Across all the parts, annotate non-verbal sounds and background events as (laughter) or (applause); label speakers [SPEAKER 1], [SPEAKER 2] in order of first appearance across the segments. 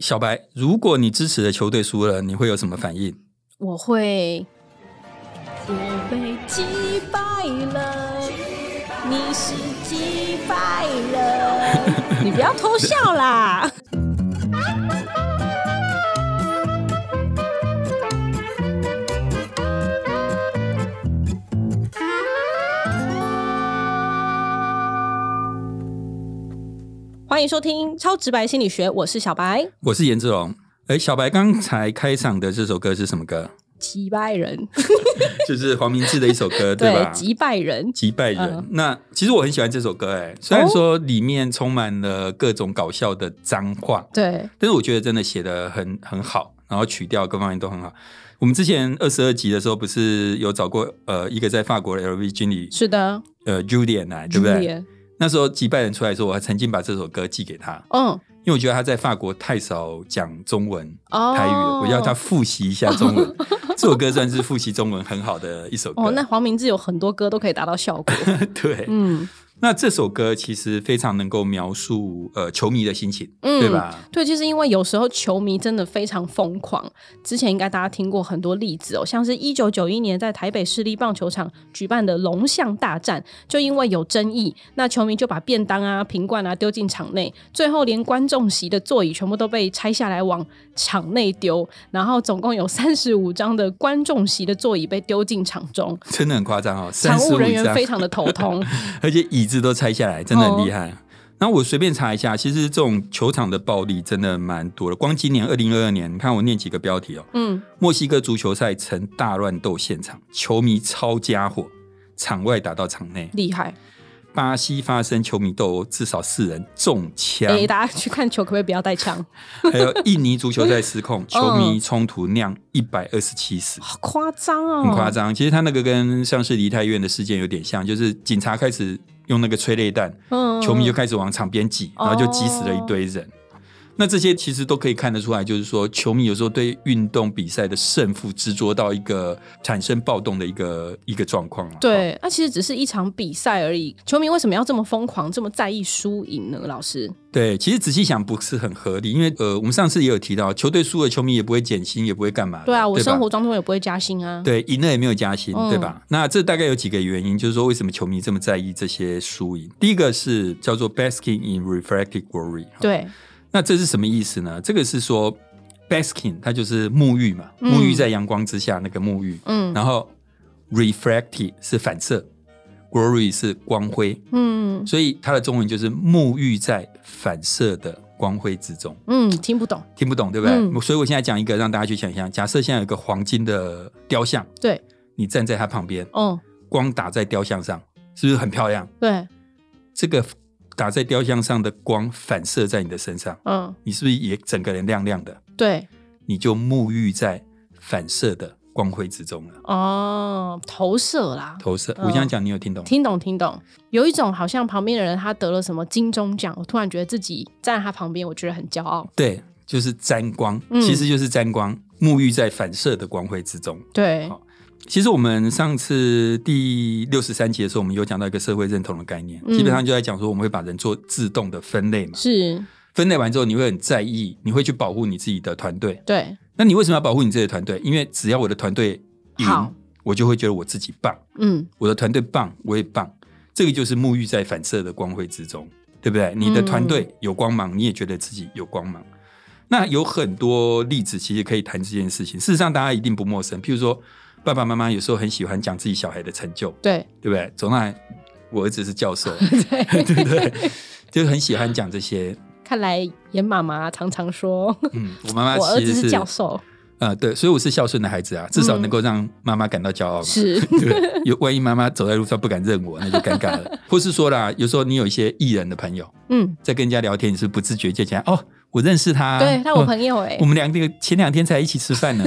[SPEAKER 1] 小白，如果你支持的球队输了，你会有什么反应？
[SPEAKER 2] 我会，我被击败了，你是击败了， (laughs) 你不要偷笑啦。欢迎收听《超直白心理学》，我是小白，
[SPEAKER 1] 我是颜志龙。哎，小白刚才开场的这首歌是什么
[SPEAKER 2] (laughs)
[SPEAKER 1] 歌？
[SPEAKER 2] 击败人，
[SPEAKER 1] 就是黄明志的一首
[SPEAKER 2] (laughs)
[SPEAKER 1] 歌，对吧？
[SPEAKER 2] 击败人，
[SPEAKER 1] 击败人。
[SPEAKER 2] 嗯哦
[SPEAKER 1] 那其实我很喜欢这首歌，哎，虽然说里面充满了各种搞笑的脏话，
[SPEAKER 2] 对，
[SPEAKER 1] 但是我觉得真的写的很很好，然后曲调各方面都很好。我们之前二十二集的时候，不是有找过呃一个在法国的 LV 经理
[SPEAKER 2] 是的，
[SPEAKER 1] 呃 Julian 来，对不对？
[SPEAKER 2] Julian？
[SPEAKER 1] 那时候击败人出来的时候，我还曾经把这首歌寄给他，
[SPEAKER 2] 嗯，
[SPEAKER 1] 因为我觉得他在法国太少讲中文、
[SPEAKER 2] 哦，
[SPEAKER 1] 台语了，我要他复习一下中
[SPEAKER 2] (laughs)
[SPEAKER 1] 文。这首歌算是复习中文很好的一首歌。
[SPEAKER 2] 哦，那黄明志有很多歌都可以达到 (laughs) 效果。
[SPEAKER 1] (laughs) 对，
[SPEAKER 2] 嗯
[SPEAKER 1] 那这首歌其实非常能够描述呃球迷的心情，
[SPEAKER 2] 嗯，
[SPEAKER 1] 对？吧？
[SPEAKER 2] 对，就是因为有时候球迷真的非常疯狂。之前应该大家听过很多例子哦，像是一九九一年在台北市立棒球场举办的龙象大战，就因为有争议，那球迷就把便当啊、瓶罐啊丢进场内，最后连观众席的座椅全部都被拆下来往场内丢，然后总共有三十五张的观众席的座椅被丢进场中，
[SPEAKER 1] 真的很夸
[SPEAKER 2] (laughs)
[SPEAKER 1] 张哦，三
[SPEAKER 2] 场
[SPEAKER 1] 十
[SPEAKER 2] 务
[SPEAKER 1] 五
[SPEAKER 2] 人员
[SPEAKER 1] 张
[SPEAKER 2] 非常哦的头 (laughs) 痛。
[SPEAKER 1] 而且椅子都拆下来，真的很厉害。然后我随便查一下，其实这种球场的暴力真的蛮多的。光今年二零二二年，你看我念几个标题哦：
[SPEAKER 2] 嗯，
[SPEAKER 1] 墨西哥足球赛曾大乱斗现场，球迷抄家伙，场外打到场内；
[SPEAKER 2] 厉害。
[SPEAKER 1] 巴西发生球迷斗殴，至少四人中枪；
[SPEAKER 2] 诶、大家去看球可不可以不要带枪？
[SPEAKER 1] 还有印尼足球赛失控，球迷冲突酿一百二十七死。
[SPEAKER 2] (laughs) 好夸张哦，
[SPEAKER 1] 很夸。张，其实他那个跟上次梨泰院的事件有点像，就是警察开始用那个催泪弹，
[SPEAKER 2] 嗯哦
[SPEAKER 1] 球迷就开始往场边挤，然后就挤死了一堆人。那这些其实都可以看得出来，就是说球迷有时候对运动比赛的胜负执着到一个产生暴动的一个一个状况了。哦，
[SPEAKER 2] 对，那、其实只是一场比赛而已。球迷为什么要这么疯狂，这么在意输赢呢？老师，
[SPEAKER 1] 对，其实仔细想不是很合理，因为呃，我们上次也有提到，球队输了，球迷也不会减薪，也不会干嘛的。
[SPEAKER 2] 对啊，我
[SPEAKER 1] 吧
[SPEAKER 2] 生活当中也不会加薪啊。
[SPEAKER 1] 对，赢了也没有加薪，
[SPEAKER 2] 嗯
[SPEAKER 1] 对吧？那这大概有几个原因，就是说为什么球迷这么在意这些输赢？第一个是叫做 basking in reflected glory。哈，
[SPEAKER 2] 对
[SPEAKER 1] 那这是什么意思呢？这个是说 basking，它就是沐浴嘛，沐浴在阳光之下那个沐浴，
[SPEAKER 2] 嗯
[SPEAKER 1] 然后 reflected 是反射，glory 是光辉，
[SPEAKER 2] 嗯
[SPEAKER 1] 所以它的中文就是沐浴在反射的光辉之中。
[SPEAKER 2] 嗯，听不懂。
[SPEAKER 1] 听不懂对不对？
[SPEAKER 2] 嗯
[SPEAKER 1] 所以我现在讲一个让大家去想一想，假设现在有一个黄金的雕像，
[SPEAKER 2] 对，
[SPEAKER 1] 你站在它旁边，
[SPEAKER 2] 哦、
[SPEAKER 1] 光打在雕像上，是不是很漂亮？
[SPEAKER 2] 对，
[SPEAKER 1] 这个打在雕像上的光反射在你的身上，
[SPEAKER 2] 嗯，
[SPEAKER 1] 你是不是也整个人亮亮的？
[SPEAKER 2] 对，
[SPEAKER 1] 你就沐浴在反射的光辉之中了。
[SPEAKER 2] 哦，投射啦。
[SPEAKER 1] 投射，
[SPEAKER 2] 嗯
[SPEAKER 1] 我这样讲你有听懂吗？
[SPEAKER 2] 听懂听懂，有一种好像旁边的人他得了什么金钟奖，我突然觉得自己站在他旁边，我觉得很骄傲。
[SPEAKER 1] 对，就是沾光，
[SPEAKER 2] 嗯
[SPEAKER 1] 其实就是沾光，沐浴在反射的光辉之中。
[SPEAKER 2] 对，
[SPEAKER 1] 好其实我们上次第六十三集的时候，我们有讲到一个社会认同的概念，
[SPEAKER 2] 嗯
[SPEAKER 1] 基本上就在讲说我们会把人做自动的分类嘛。
[SPEAKER 2] 是，
[SPEAKER 1] 分类完之后，你会很在意，你会去保护你自己的团队。
[SPEAKER 2] 对，
[SPEAKER 1] 那你为什么要保护你自己的团队？因为只要我的团队赢
[SPEAKER 2] 好，
[SPEAKER 1] 我就会觉得我自己棒，
[SPEAKER 2] 嗯，
[SPEAKER 1] 我的团队棒，我也棒。这个就是沐浴在反射的光辉之中，对不对？你的
[SPEAKER 2] 嗯
[SPEAKER 1] 团队有光芒，你也觉得自己有光芒。那有很多例子其实可以谈这件事情。事实上，大家一定不陌生。譬如说，爸爸妈妈有时候很喜欢讲自己小孩的成就，
[SPEAKER 2] 对，
[SPEAKER 1] 对不对？总来，我儿子是教授，
[SPEAKER 2] (laughs) 对，
[SPEAKER 1] 对不对？就是很喜欢讲这些。
[SPEAKER 2] 看来严妈妈常常说，
[SPEAKER 1] 嗯，我妈妈
[SPEAKER 2] (laughs) 我儿
[SPEAKER 1] 其
[SPEAKER 2] 子
[SPEAKER 1] 实
[SPEAKER 2] 是
[SPEAKER 1] 是
[SPEAKER 2] 教授，
[SPEAKER 1] 呃，对，所以我是孝顺的孩子啊，至少
[SPEAKER 2] 嗯
[SPEAKER 1] 能够让妈妈感到骄傲嘛。 (laughs)
[SPEAKER 2] 是，
[SPEAKER 1] 对，有万一妈妈走在路上不敢认我，那就尴尬
[SPEAKER 2] (laughs)
[SPEAKER 1] 了。或是说啦，有时候你有一些艺人的朋友
[SPEAKER 2] 嗯，
[SPEAKER 1] 在跟人家聊天，你是不自觉就讲哦，我认识他啊，
[SPEAKER 2] 对，他我
[SPEAKER 1] 哦
[SPEAKER 2] 朋
[SPEAKER 1] (laughs)
[SPEAKER 2] 友哎、
[SPEAKER 1] 我们两个前两天才一起吃饭
[SPEAKER 2] (laughs)
[SPEAKER 1] 呢。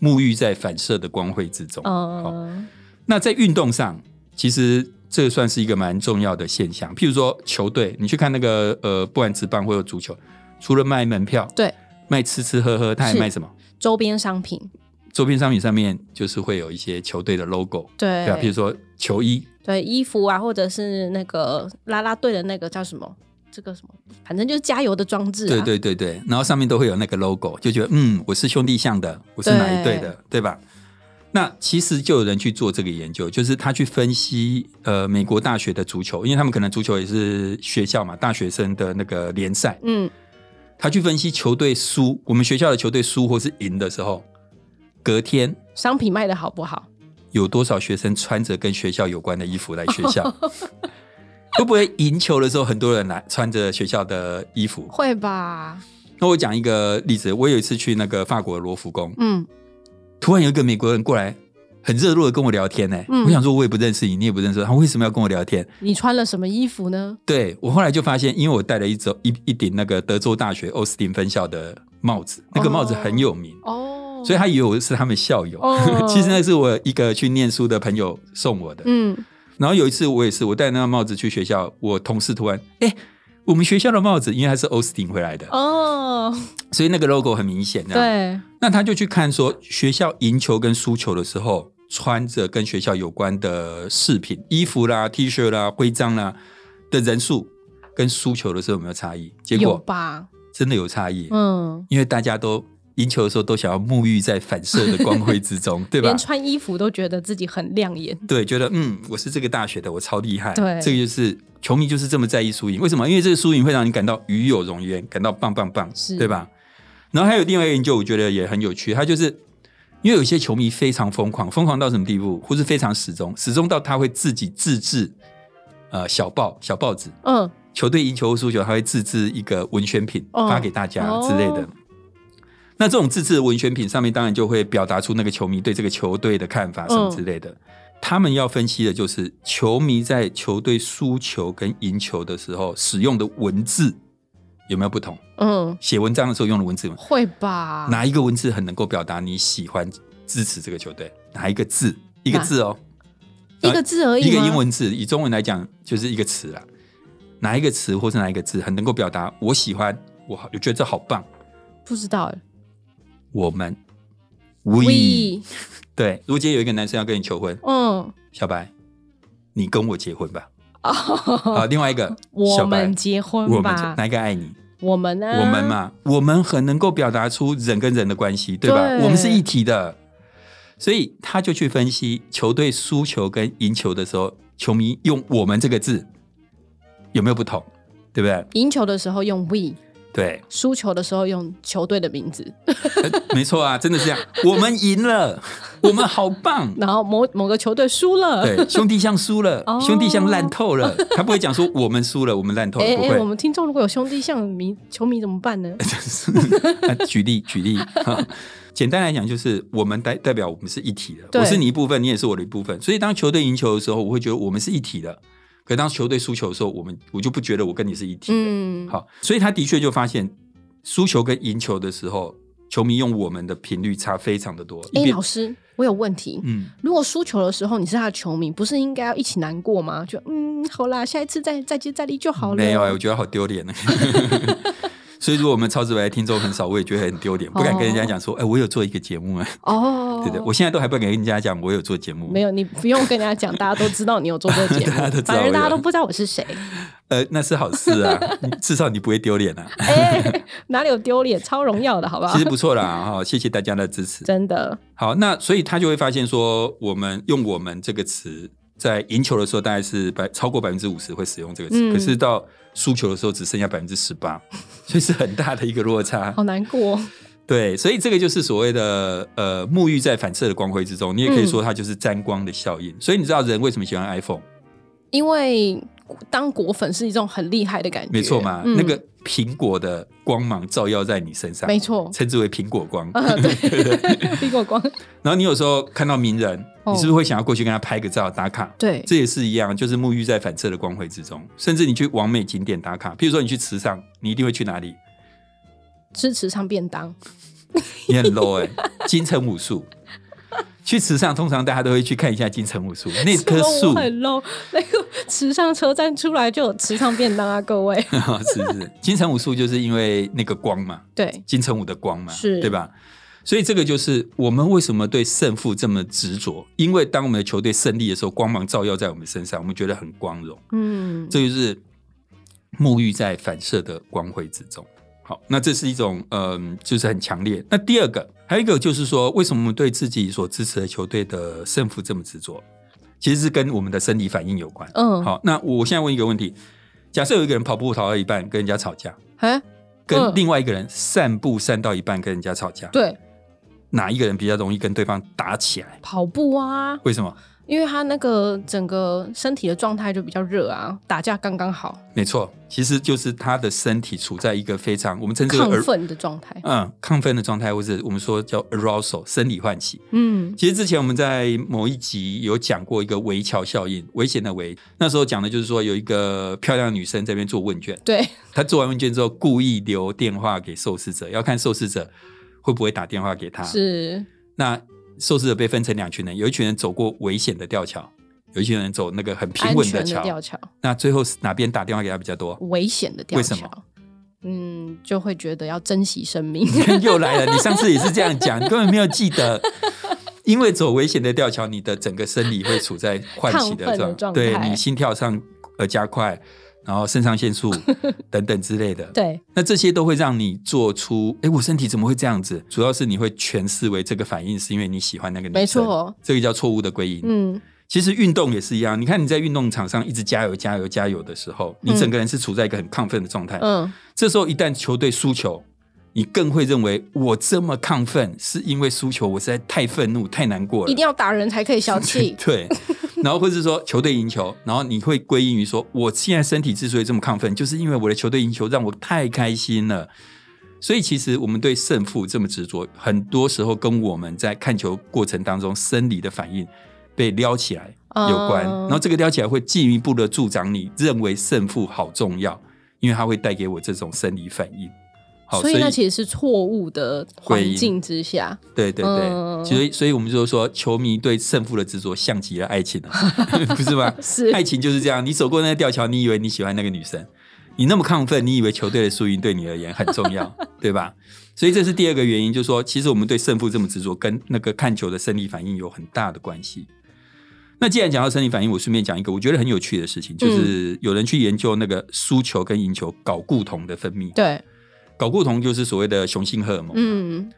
[SPEAKER 1] 沐浴在反射的光辉之中。好
[SPEAKER 2] 嗯，
[SPEAKER 1] 那在运动上，其实这算是一个蛮重要的现象。譬如说球队，你去看那个呃，不管职棒或者足球，除了卖门票、
[SPEAKER 2] 对，
[SPEAKER 1] 卖吃吃喝喝，他还
[SPEAKER 2] 是
[SPEAKER 1] 卖什么？
[SPEAKER 2] 周边商品，
[SPEAKER 1] 周边商品上面就是会有一些球队的 logo，
[SPEAKER 2] 对
[SPEAKER 1] 对啊吧？比如说球衣，
[SPEAKER 2] 对，衣服啊，或者是那个啦啦队的那个叫什么这个什么，反正就是加油的装置、啊。
[SPEAKER 1] 对对对对，然后上面都会有那个 logo，就觉得嗯，我是兄弟象的，我是哪一队的，对吧？那其实就有人去做这个研究，就是他去分析呃美国大学的足球，因为他们可能足球也是学校嘛，大学生的那个联赛，
[SPEAKER 2] 嗯，
[SPEAKER 1] 他去分析球队输，我们学校的球队输或是赢的时候，隔天
[SPEAKER 2] 商品卖的好不好？
[SPEAKER 1] 有多少学生穿着跟学校有关的衣服来学校？
[SPEAKER 2] (laughs)
[SPEAKER 1] 会不会赢球的时候很多人来穿着学校的衣服？
[SPEAKER 2] 会吧？
[SPEAKER 1] 那我讲一个例子，我有一次去那个法国的罗浮宫，
[SPEAKER 2] 嗯，
[SPEAKER 1] 突然有一个美国人过来，很热络的跟我聊天呢、欸
[SPEAKER 2] 嗯
[SPEAKER 1] 我想说，我也不认识你，你也不认识他，为什么要跟我聊天？
[SPEAKER 2] 你穿了什么衣服呢？
[SPEAKER 1] 对我后来就发现，因为我戴了一种一一顶那个德州大学奥斯汀分校的帽子，那个帽子很有名，
[SPEAKER 2] 哦，
[SPEAKER 1] 所以他以为我是他们校友。
[SPEAKER 2] 哦
[SPEAKER 1] (laughs) 其实那是我一个去念书的朋友送我的。
[SPEAKER 2] 嗯，
[SPEAKER 1] 然后有一次我也是，我戴那个帽子去学校，我同事突然哎。我们学校的帽子，因为它是奥斯汀回来的，
[SPEAKER 2] 哦，
[SPEAKER 1] 所以那个 logo 很明显。这样，
[SPEAKER 2] 对，
[SPEAKER 1] (laughs) 那他就去看说学校赢球跟输球的时候，穿着跟学校有关的饰品、衣服啦、T 恤啦、徽章啦的人数，跟输球的时候有没有差异？结
[SPEAKER 2] 有
[SPEAKER 1] 果
[SPEAKER 2] 吧？
[SPEAKER 1] 真的有差异，
[SPEAKER 2] 嗯，
[SPEAKER 1] 因为大家都赢球的时候都想要沐浴在反射的光辉之中，对吧
[SPEAKER 2] 连？穿衣服都觉得自己很亮眼。
[SPEAKER 1] 对，觉得嗯，我是这个大学的，我超厉害。
[SPEAKER 2] 对
[SPEAKER 1] 这个就是球迷就是这么在意输赢。为什么？因为这个输赢会让你感到与有荣焉，感到棒棒棒
[SPEAKER 2] 是，
[SPEAKER 1] 对吧？然后还有另外一个研究，我觉得也很有趣，它就是因为有些球迷非常疯狂，疯狂到什么地步，或是非常始终，始终到他会自己自制呃小报小报纸，
[SPEAKER 2] 嗯，
[SPEAKER 1] 球队赢球或输球，他会自制一个文宣品、
[SPEAKER 2] 哦
[SPEAKER 1] 发给大家之类的。
[SPEAKER 2] 哦
[SPEAKER 1] 那这种自制的文宣品上面，当然就会表达出那个球迷对这个球队的看法什么之类
[SPEAKER 2] 哦
[SPEAKER 1] 的。他们要分析的就是球迷在球队输球跟赢球的时候使用的文字有没有不同，
[SPEAKER 2] 嗯，
[SPEAKER 1] 写文章的时候用的文字有没有
[SPEAKER 2] 会吧？
[SPEAKER 1] 哪一个文字很能够表达你喜欢支持这个球队？哪一个字？一个
[SPEAKER 2] 哪
[SPEAKER 1] 字哦，
[SPEAKER 2] 一个字而已吗
[SPEAKER 1] 一个英文字，以中文来讲就是一个词啦。哪一个词或是哪一个字很能够表达我喜欢，我好，我觉得这好棒。
[SPEAKER 2] 不知道欸。
[SPEAKER 1] 我们，we，
[SPEAKER 2] We，
[SPEAKER 1] 对。如果今天有一个男生要跟你求婚，
[SPEAKER 2] 嗯，
[SPEAKER 1] 小白，你跟我结婚吧。
[SPEAKER 2] 哦，
[SPEAKER 1] 啊，另外一个，
[SPEAKER 2] 我
[SPEAKER 1] 小白
[SPEAKER 2] 们，结
[SPEAKER 1] 我
[SPEAKER 2] 婚
[SPEAKER 1] 们
[SPEAKER 2] 吧？
[SPEAKER 1] 哪一个爱你？
[SPEAKER 2] 我们啊呢？
[SPEAKER 1] 我们？嘛，我们很能够表达出人跟人的关系，对吧？
[SPEAKER 2] 嗯对
[SPEAKER 1] 我们是一体的，所以他就去分析球队输球跟赢球的时候，球迷用“我们”这个字有没有不同，对不对？
[SPEAKER 2] 赢球的时候用 we，，
[SPEAKER 1] 对
[SPEAKER 2] (laughs) 输球的时候用球队的名字，
[SPEAKER 1] 呃没错啊，真的是这样。我们赢
[SPEAKER 2] (laughs)
[SPEAKER 1] 了，我们好棒。
[SPEAKER 2] 然后某某个球队输了。
[SPEAKER 1] 对，兄弟像输了
[SPEAKER 2] 哦，
[SPEAKER 1] 兄弟像烂透了。他不会讲说我们输了，我们烂透了，
[SPEAKER 2] 哎
[SPEAKER 1] 哦不
[SPEAKER 2] 哎，我
[SPEAKER 1] 会。
[SPEAKER 2] 们听众如果有兄弟像迷球迷怎么
[SPEAKER 1] (laughs)
[SPEAKER 2] 办呢？
[SPEAKER 1] 啊举例举例、哈简单来讲就是我们代代表我们是一体的，
[SPEAKER 2] 对
[SPEAKER 1] 我是你一部分，你也是我的一部分。所以当球队赢球的时候，我会觉得我们是一体的；可当球队输球的时候，我们我就不觉得我跟你是一体。
[SPEAKER 2] 嗯，
[SPEAKER 1] 好，所以他的确就发现，输球跟赢球的时候，球迷用我们的频率差非常的多。一
[SPEAKER 2] 哎，
[SPEAKER 1] 边
[SPEAKER 2] 老师，我有问题。
[SPEAKER 1] 嗯，
[SPEAKER 2] 如果输球的时候你是他的球迷，不是应该要一起难过吗？就嗯，好啦，下一次再再接再厉就好哦了。
[SPEAKER 1] 没有、啊，我觉得好丢脸呢。 (laughs) 所以，如果我们超直白的听众很少，我也觉得很丢脸，不敢跟人家讲说，哎、我有做一个节目啊，
[SPEAKER 2] 哦，
[SPEAKER 1] 对不对？我现在都还不敢跟人家讲我有做节目，
[SPEAKER 2] 没有，你不用跟人家讲，大家都知道你有做这个节
[SPEAKER 1] (laughs)
[SPEAKER 2] 目，
[SPEAKER 1] 大家都知道
[SPEAKER 2] 反
[SPEAKER 1] 我
[SPEAKER 2] 正
[SPEAKER 1] 有
[SPEAKER 2] 大家都不知道我是谁。
[SPEAKER 1] 呃，那是好事
[SPEAKER 2] (laughs)
[SPEAKER 1] 啊，你至少你不会丢脸啊。
[SPEAKER 2] 哎、哪里有丢脸？超荣耀的好不好
[SPEAKER 1] 其？实不错啦，哈、谢谢大家的支持。
[SPEAKER 2] 真的，
[SPEAKER 1] 好，那所以他就会发现说，我们用“我们”这个词，在赢球的时候大概是百超过百分之五十会使用这个词，
[SPEAKER 2] 嗯
[SPEAKER 1] 可是到输球的时候只剩下百分之十
[SPEAKER 2] (laughs)
[SPEAKER 1] 八，所以是很大的一个落差。
[SPEAKER 2] 好难过。
[SPEAKER 1] 对，所以这个就是所谓的呃，沐浴在反射的光辉之中，你也可以说它就是沾光的效
[SPEAKER 2] 嗯
[SPEAKER 1] 应。所以你知道人为什么喜欢 iPhone？
[SPEAKER 2] 因为当果粉是一种很厉害的感觉，
[SPEAKER 1] 没错嘛，
[SPEAKER 2] 嗯
[SPEAKER 1] 那个苹果的光芒照耀在你身上，
[SPEAKER 2] 没
[SPEAKER 1] (laughs)
[SPEAKER 2] 错。
[SPEAKER 1] 称之为苹果光。
[SPEAKER 2] 啊， (laughs) 对，李
[SPEAKER 1] (laughs)
[SPEAKER 2] 果光，
[SPEAKER 1] 然后你有时候看到名人，
[SPEAKER 2] 哦
[SPEAKER 1] 你是不是会想要过去跟他拍个照打卡？
[SPEAKER 2] 对，
[SPEAKER 1] 这也是一样，就是沐浴在反射的光辉之中。甚至你去完美景点打卡，譬如说你去池上，你一定会去哪里？
[SPEAKER 2] 支持上便当，
[SPEAKER 1] 你很 low
[SPEAKER 2] (laughs)
[SPEAKER 1] 哎、金城武术。去池上，通常大家都会去看一下金城武
[SPEAKER 2] (laughs)
[SPEAKER 1] 术那棵
[SPEAKER 2] 说
[SPEAKER 1] 树
[SPEAKER 2] 我，很 low。那 (laughs) 个池上车站出来就有池上便当啊，各位，
[SPEAKER 1] (laughs) 是是，金城武术就是因为那个光嘛，
[SPEAKER 2] 对，
[SPEAKER 1] 金城武的光嘛，
[SPEAKER 2] 是
[SPEAKER 1] 对吧？所以这个就是我们为什么对胜负这么执着，因为当我们的球队胜利的时候，光芒照耀在我们身上，我们觉得很光荣。
[SPEAKER 2] 嗯，
[SPEAKER 1] 这就是沐浴在反射的光辉之中。好，那这是一种嗯、就是很强烈。那第二个，还有一个就是说，为什么我们对自己所支持的球队的胜负这么执着？其实是跟我们的生理反应有关。
[SPEAKER 2] 嗯，
[SPEAKER 1] 好，那我现在问一个问题：假设有一个人跑步跑到一半跟人家吵架，
[SPEAKER 2] 哎，嗯
[SPEAKER 1] 跟另外一个人散步散到一半跟人家吵架，
[SPEAKER 2] 对，
[SPEAKER 1] 哪一个人比较容易跟对方打起来？
[SPEAKER 2] 跑步啊，
[SPEAKER 1] 为什么？
[SPEAKER 2] 因为他那个整个身体的状态就比较热啊，打架刚刚好，
[SPEAKER 1] 没错，其实就是他的身体处在一个非常我们称之为
[SPEAKER 2] 亢
[SPEAKER 1] ar-
[SPEAKER 2] 奋的状态。
[SPEAKER 1] 嗯亢奋的状态，或者我们说叫 arousal 生理唤起。
[SPEAKER 2] 嗯
[SPEAKER 1] 其实之前我们在某一集有讲过一个围桥效应，危险的围。那时候讲的就是说有一个漂亮的女生在那边做问卷，
[SPEAKER 2] 对，
[SPEAKER 1] 她做完问卷之后故意留电话给受试者，要看受试者会不会打电话给她。
[SPEAKER 2] 是，
[SPEAKER 1] 那受试者被分成两群人，有一群人走过危险的吊桥，有一群人走那个很平
[SPEAKER 2] 安
[SPEAKER 1] 稳的
[SPEAKER 2] 全的
[SPEAKER 1] 桥。
[SPEAKER 2] 吊桥，
[SPEAKER 1] 那最后是哪边打电话给他比较多？
[SPEAKER 2] 危险的吊
[SPEAKER 1] 为什
[SPEAKER 2] 桥。嗯，就会觉得要珍惜
[SPEAKER 1] (laughs)
[SPEAKER 2] 生命。
[SPEAKER 1] 又来了，你上次也是这样讲，你根本没有记得。因为走危险的吊桥，你的整个生理会处在唤起
[SPEAKER 2] 亢
[SPEAKER 1] 的
[SPEAKER 2] 奋的
[SPEAKER 1] 状
[SPEAKER 2] 状
[SPEAKER 1] 态，对
[SPEAKER 2] 态
[SPEAKER 1] 你心跳上呃加快，然后肾上腺素等等之类的。
[SPEAKER 2] (laughs) 对，
[SPEAKER 1] 那这些都会让你做出，哎，我身体怎么会这样子？主要是你会全视为这个反应是因为你喜欢那个女生，
[SPEAKER 2] 没错，
[SPEAKER 1] 这个叫错误的归因。
[SPEAKER 2] 嗯，
[SPEAKER 1] 其实运动也是一样，你看你在运动场上一直加油、加油、加油的时候，你整个人是处在一个很亢奋的状态。 (laughs)
[SPEAKER 2] 嗯，
[SPEAKER 1] 这时候一旦球队输球，你更会认为我这么亢奋是因为输球，我实在太愤怒、太难过了。
[SPEAKER 2] 一定要打人才可以消气。
[SPEAKER 1] 对，然后或是说球队赢球，然后你会归因于说，我现在身体之所以这么亢奋，就是因为我的球队赢球让我太开心了。所以其实我们对胜负这么执着，很多时候跟我们在看球过程当中生理的反应被撩起来 (laughs) 有关。
[SPEAKER 2] 嗯
[SPEAKER 1] 然后这个撩起来会进一步的助长你认为胜负好重要，因为它会带给我这种生理反应。好，
[SPEAKER 2] 所以那其实是错误的
[SPEAKER 1] 归
[SPEAKER 2] 环
[SPEAKER 1] 因
[SPEAKER 2] 境之下，
[SPEAKER 1] 对对对，
[SPEAKER 2] 嗯
[SPEAKER 1] 所以所以我们就说，球迷对胜负的执着像极了爱情
[SPEAKER 2] (laughs)
[SPEAKER 1] 啊，不是吗？
[SPEAKER 2] 是
[SPEAKER 1] 爱情就是这样，你走过那个吊桥，你以为你喜欢那个女生，你那么亢奋，你以为球队的输赢对你而言很重要，
[SPEAKER 2] (laughs)
[SPEAKER 1] 对吧？所以这是第二个原因，就是说，其实我们对胜负这么执着，跟那个看球的生理反应有很大的关系。那既然讲到生理反应，我顺便讲一个我觉得很有趣的事情，
[SPEAKER 2] 嗯
[SPEAKER 1] 就是有人去研究那个输球跟赢球睾固酮的分泌。
[SPEAKER 2] 对，
[SPEAKER 1] 睾固酮就是所谓的雄性荷尔蒙。
[SPEAKER 2] 嗯，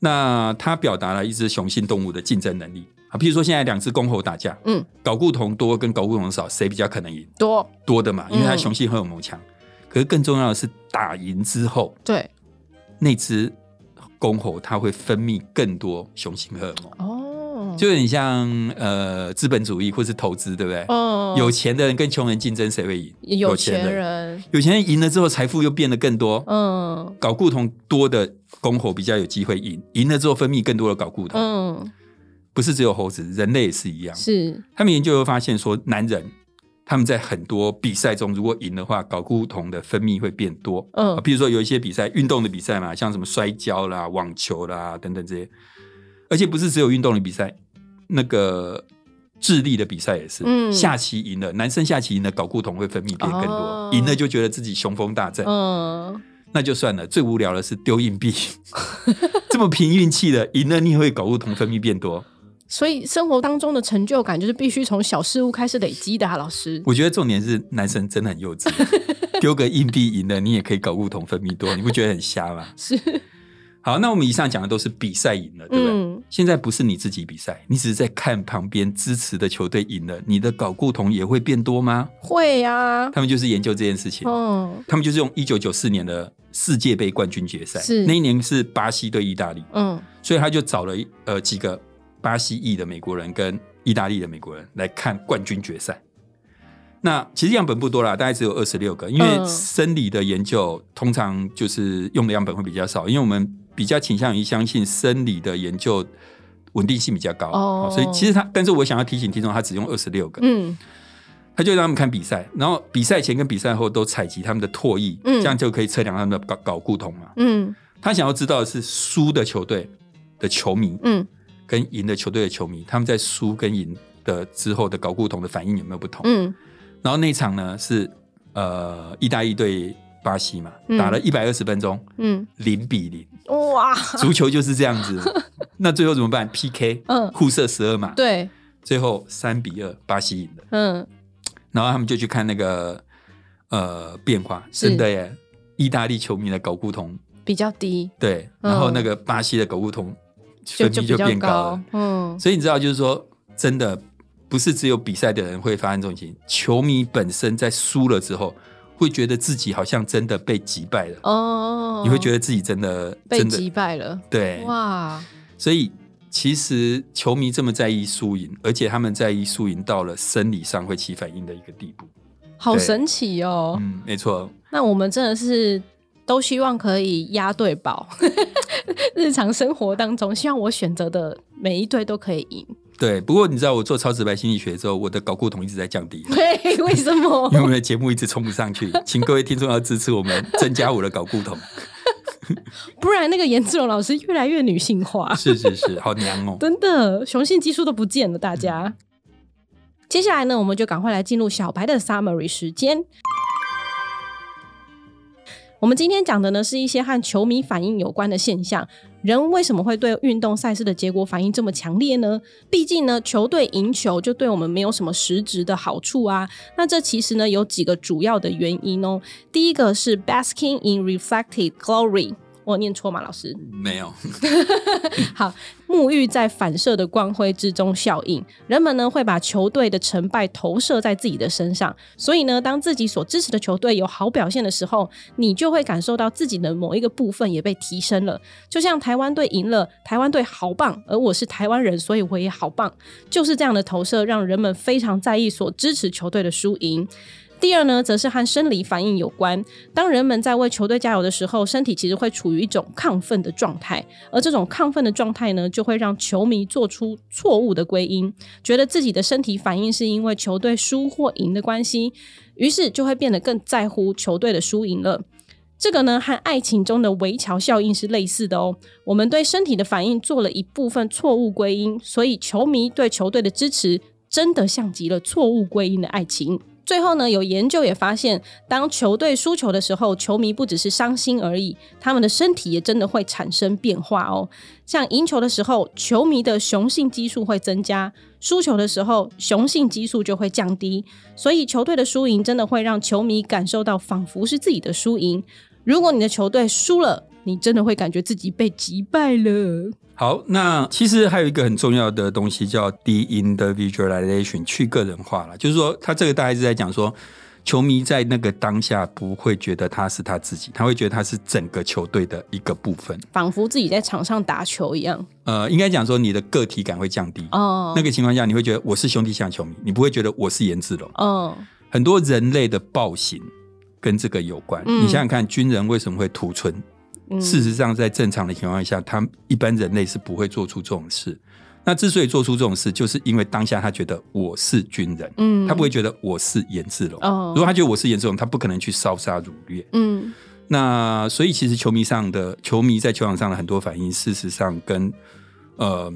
[SPEAKER 1] 那它表达了一只雄性动物的竞争能力啊，譬如说现在两只公猴打架，
[SPEAKER 2] 嗯，
[SPEAKER 1] 睾固酮多跟睾固酮少，谁比较可能赢？
[SPEAKER 2] 多
[SPEAKER 1] 多的嘛，因为它
[SPEAKER 2] 嗯
[SPEAKER 1] 雄性荷尔蒙强。可是更重要的是，打赢之后，
[SPEAKER 2] 对
[SPEAKER 1] 那只公猴它会分泌更多雄性荷尔蒙，
[SPEAKER 2] 哦，
[SPEAKER 1] 就有点像呃资本主义或是投资，对不对？
[SPEAKER 2] 哦
[SPEAKER 1] 有钱的人跟穷人竞争，谁会赢？
[SPEAKER 2] 有钱，人，
[SPEAKER 1] 有钱人赢了之后，财富又变得更多。
[SPEAKER 2] 嗯
[SPEAKER 1] 睾固酮多的公猴比较有机会赢，赢了之后分泌更多的睾固酮。
[SPEAKER 2] 嗯，
[SPEAKER 1] 不是只有猴子，人类也是一样。
[SPEAKER 2] 是
[SPEAKER 1] 他们研究又发现说，男人他们在很多比赛中，如果赢的话，睾固酮的分泌会变多。
[SPEAKER 2] 嗯
[SPEAKER 1] 啊比如说有一些比赛，运动的比赛嘛，像什么摔跤啦、网球啦等等这些，而且不是只有运动的比赛，那个智力的比赛也是。
[SPEAKER 2] 嗯
[SPEAKER 1] 下棋赢了，男生下棋赢了，睾固酮会分泌变更多
[SPEAKER 2] 哦，
[SPEAKER 1] 赢、了就觉得自己雄风大振。
[SPEAKER 2] 嗯
[SPEAKER 1] 那就算了。最无聊的是丢硬币， (laughs) 这么凭运气的，赢了你也会睾固酮分泌变多。
[SPEAKER 2] 所以生活当中的成就感就是必须从小事物开始累积的、啊，老师。
[SPEAKER 1] 我觉得重点是男生真的很幼
[SPEAKER 2] (laughs)
[SPEAKER 1] 稚，丢个硬币赢了，你也可以搞不同分泌多，你不觉得很瞎吗？
[SPEAKER 2] 是，
[SPEAKER 1] 好，那我们以上讲的都是比赛赢了，对不对？
[SPEAKER 2] 嗯，
[SPEAKER 1] 现在不是你自己比赛，你只是在看旁边支持的球队赢了，你的睾固酮也会变多吗？
[SPEAKER 2] 会啊，
[SPEAKER 1] 他们就是研究这件事情，
[SPEAKER 2] 嗯
[SPEAKER 1] 他们就是用一九九四年的世界杯冠军决赛，
[SPEAKER 2] 是
[SPEAKER 1] 那一年是巴西对意大利，
[SPEAKER 2] 嗯，
[SPEAKER 1] 所以他就找了呃几个巴西裔的美国人跟意大利的美国人来看冠军决赛。那其实样本不多啦，大概只有二十六个，因为
[SPEAKER 2] 嗯
[SPEAKER 1] 生理的研究通常就是用的样本会比较少，因为我们比较倾向于相信生理的研究稳定性比较高，
[SPEAKER 2] 哦
[SPEAKER 1] 所以其实他，但是我想要提醒听众，他只用二十六个，
[SPEAKER 2] 嗯
[SPEAKER 1] 他就让他们看比赛，然后比赛前跟比赛后都采集他们的唾液，
[SPEAKER 2] 嗯
[SPEAKER 1] 这样就可以测量他们的睾睾固酮嘛。
[SPEAKER 2] 嗯
[SPEAKER 1] 他想要知道的是输的球队的球迷
[SPEAKER 2] 嗯
[SPEAKER 1] 跟赢的球队的球迷，他们在输跟赢的之后的搞不同的反应有没有不同？
[SPEAKER 2] 嗯，
[SPEAKER 1] 然后那一场呢是呃意大利对巴西嘛，
[SPEAKER 2] 嗯
[SPEAKER 1] 打了一百二十分钟，
[SPEAKER 2] 嗯，
[SPEAKER 1] 零比零。
[SPEAKER 2] 哇，
[SPEAKER 1] 足球就是这样子，
[SPEAKER 2] (laughs)
[SPEAKER 1] 那最后怎么办？PK，
[SPEAKER 2] 嗯
[SPEAKER 1] 互射十二码，，
[SPEAKER 2] 对，
[SPEAKER 1] 最后三比二，巴西赢了。
[SPEAKER 2] 嗯
[SPEAKER 1] 然后他们就去看那个呃变化，
[SPEAKER 2] 是
[SPEAKER 1] 真的耶！意大利球迷的狗骨酮
[SPEAKER 2] 比较低，
[SPEAKER 1] 对，
[SPEAKER 2] 嗯
[SPEAKER 1] 然后那个巴西的狗骨酮
[SPEAKER 2] 就
[SPEAKER 1] 分
[SPEAKER 2] 就
[SPEAKER 1] 泌
[SPEAKER 2] 比
[SPEAKER 1] 就
[SPEAKER 2] 较
[SPEAKER 1] 变高了，
[SPEAKER 2] 嗯，
[SPEAKER 1] 所以你知道，就是说，真的不是只有比赛的人会发生这种情形，球迷本身在输了之后，会觉得自己好像真的被击败了，
[SPEAKER 2] 哦，
[SPEAKER 1] 你会觉得自己真的
[SPEAKER 2] 被
[SPEAKER 1] 真的
[SPEAKER 2] 击败了，
[SPEAKER 1] 对，
[SPEAKER 2] 哇，
[SPEAKER 1] 所以其实球迷这么在意输赢，而且他们在意输赢到了生理上会起反应的一个地步。
[SPEAKER 2] 好
[SPEAKER 1] 对
[SPEAKER 2] 神奇哦！
[SPEAKER 1] 嗯，没错，
[SPEAKER 2] 那我们真的是都希望可以押对宝， (laughs) 日常生活当中，希望我选择的每一队都可以赢。。
[SPEAKER 1] 对。不过你知道，我做超直白心理学之后，我的睾固酮一直在降低
[SPEAKER 2] (laughs) 对，为什么
[SPEAKER 1] 因？为我们的节目一直冲不上去，请各位听众要支持我们，增加我的睾固酮。
[SPEAKER 2] (laughs) 不然那个颜志龙老师越来越女性化，
[SPEAKER 1] 是是是，好娘哦！
[SPEAKER 2] 真的雄性激素都不见了，大家。接下来呢，我们就赶快来进入小白的 summary 时间。我们今天讲的呢，是一些和球迷反应有关的现象。人为什么会对运动赛事的结果反应这么强烈呢？毕竟呢，球队赢球就对我们没有什么实质的好处啊。那这其实呢，有几个主要的原因哦。第一个是 basking in reflected glory，我有念错吗，老师？
[SPEAKER 1] 没有，
[SPEAKER 2] 沐浴在反射的光辉之中效应，人们呢会把球队的成败投射在自己的身上，所以呢，当自己所支持的球队有好表现的时候，你就会感受到自己的某一个部分也被提升了。就像台湾队赢了，台湾队好棒，而我是台湾人，所以我也好棒，就是这样的投射让人们非常在意所支持球队的输赢。第二呢，则是和生理反应有关。当人们在为球队加油的时候，身体其实会处于一种亢奋的状态，而这种亢奋的状态呢，就会让球迷做出错误的归因，觉得自己的身体反应是因为球队输或赢的关系，于是就会变得更在乎球队的输赢了。这个呢，和爱情中的围桥效应是类似的哦。我们对身体的反应做了一部分错误归因，所以球迷对球队的支持真的像极了错误归因的爱情。最后呢，有研究也发现，当球队输球的时候，球迷不只是伤心而已，他们的身体也真的会产生变化哦。像赢球的时候，球迷的雄性激素会增加；输球的时候，雄性激素就会降低。所以，球队的输赢真的会让球迷感受到仿佛是自己的输赢。如果你的球队输了，你真的会感觉自己被击败了。
[SPEAKER 1] 好，那其实还有一个很重要的东西叫 de-individualization，去个人化了。就是说，他这个大概是在讲说，球迷在那个当下不会觉得他是他自己，他会觉得他是整个球队的一个部分。
[SPEAKER 2] 仿佛自己在场上打球一样
[SPEAKER 1] 呃，应该讲说你的个体感会降低。
[SPEAKER 2] 哦，
[SPEAKER 1] 那个情况下，你会觉得我是兄弟象球迷，你不会觉得我是颜志龙。
[SPEAKER 2] 哦，
[SPEAKER 1] 很多人类的暴行跟这个有关。
[SPEAKER 2] 嗯
[SPEAKER 1] 你想想看，军人为什么会屠村？
[SPEAKER 2] 嗯
[SPEAKER 1] 事实上，在正常的情况下，他们一般人类是不会做出这种事。那之所以做出这种事，就是因为当下他觉得我是军人，
[SPEAKER 2] 嗯
[SPEAKER 1] 他不会觉得我是颜志龙。
[SPEAKER 2] 哦
[SPEAKER 1] 如果他觉得我是颜志龙，他不可能去烧杀掳掠。
[SPEAKER 2] 嗯
[SPEAKER 1] 那所以，其实球迷上的球迷在球场上的很多反应，事实上跟呃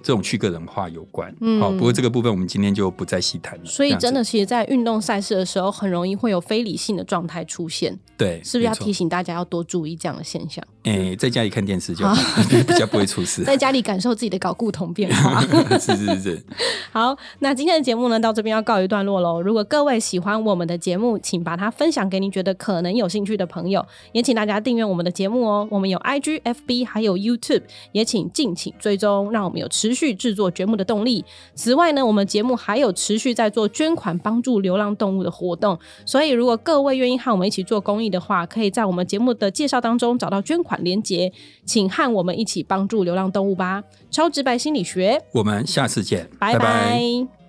[SPEAKER 1] 这种去个人化有关。
[SPEAKER 2] 嗯
[SPEAKER 1] 好，不过这个部分我们今天就不再细谈了。
[SPEAKER 2] 所以真
[SPEAKER 1] 这样
[SPEAKER 2] 的，
[SPEAKER 1] 子
[SPEAKER 2] 其实，在运动赛事的时候，很容易会有非理性的状态出现，
[SPEAKER 1] 对，
[SPEAKER 2] 是不是要
[SPEAKER 1] 没错
[SPEAKER 2] 提醒大家要多注意这样的现象？
[SPEAKER 1] 诶、在家里看电视就好 (laughs) 比较不会出事。
[SPEAKER 2] 哦 (laughs) 在家里感受自己的睾固酮变
[SPEAKER 1] (laughs)
[SPEAKER 2] 化。
[SPEAKER 1] 是是是，
[SPEAKER 2] 好，那今天的节目呢，到这边要告一段落喽。如果各位喜欢我们的节目，请把它分享给你觉得可能有兴趣的朋友，也请大家订阅我们的节目哦。我们有 IG、FB 还有 YouTube，也请敬请追踪，让我们有持续制作节目的动力。此外呢，我们节目还有持续在做捐款帮助流浪动物的活动，所以如果各位愿意和我们一起做公益的话，可以在我们节目的介绍当中找到捐款连结，请和我们一起帮助流浪动物吧。超直白心理学。
[SPEAKER 1] 我们下次见，
[SPEAKER 2] 拜拜。
[SPEAKER 1] 拜拜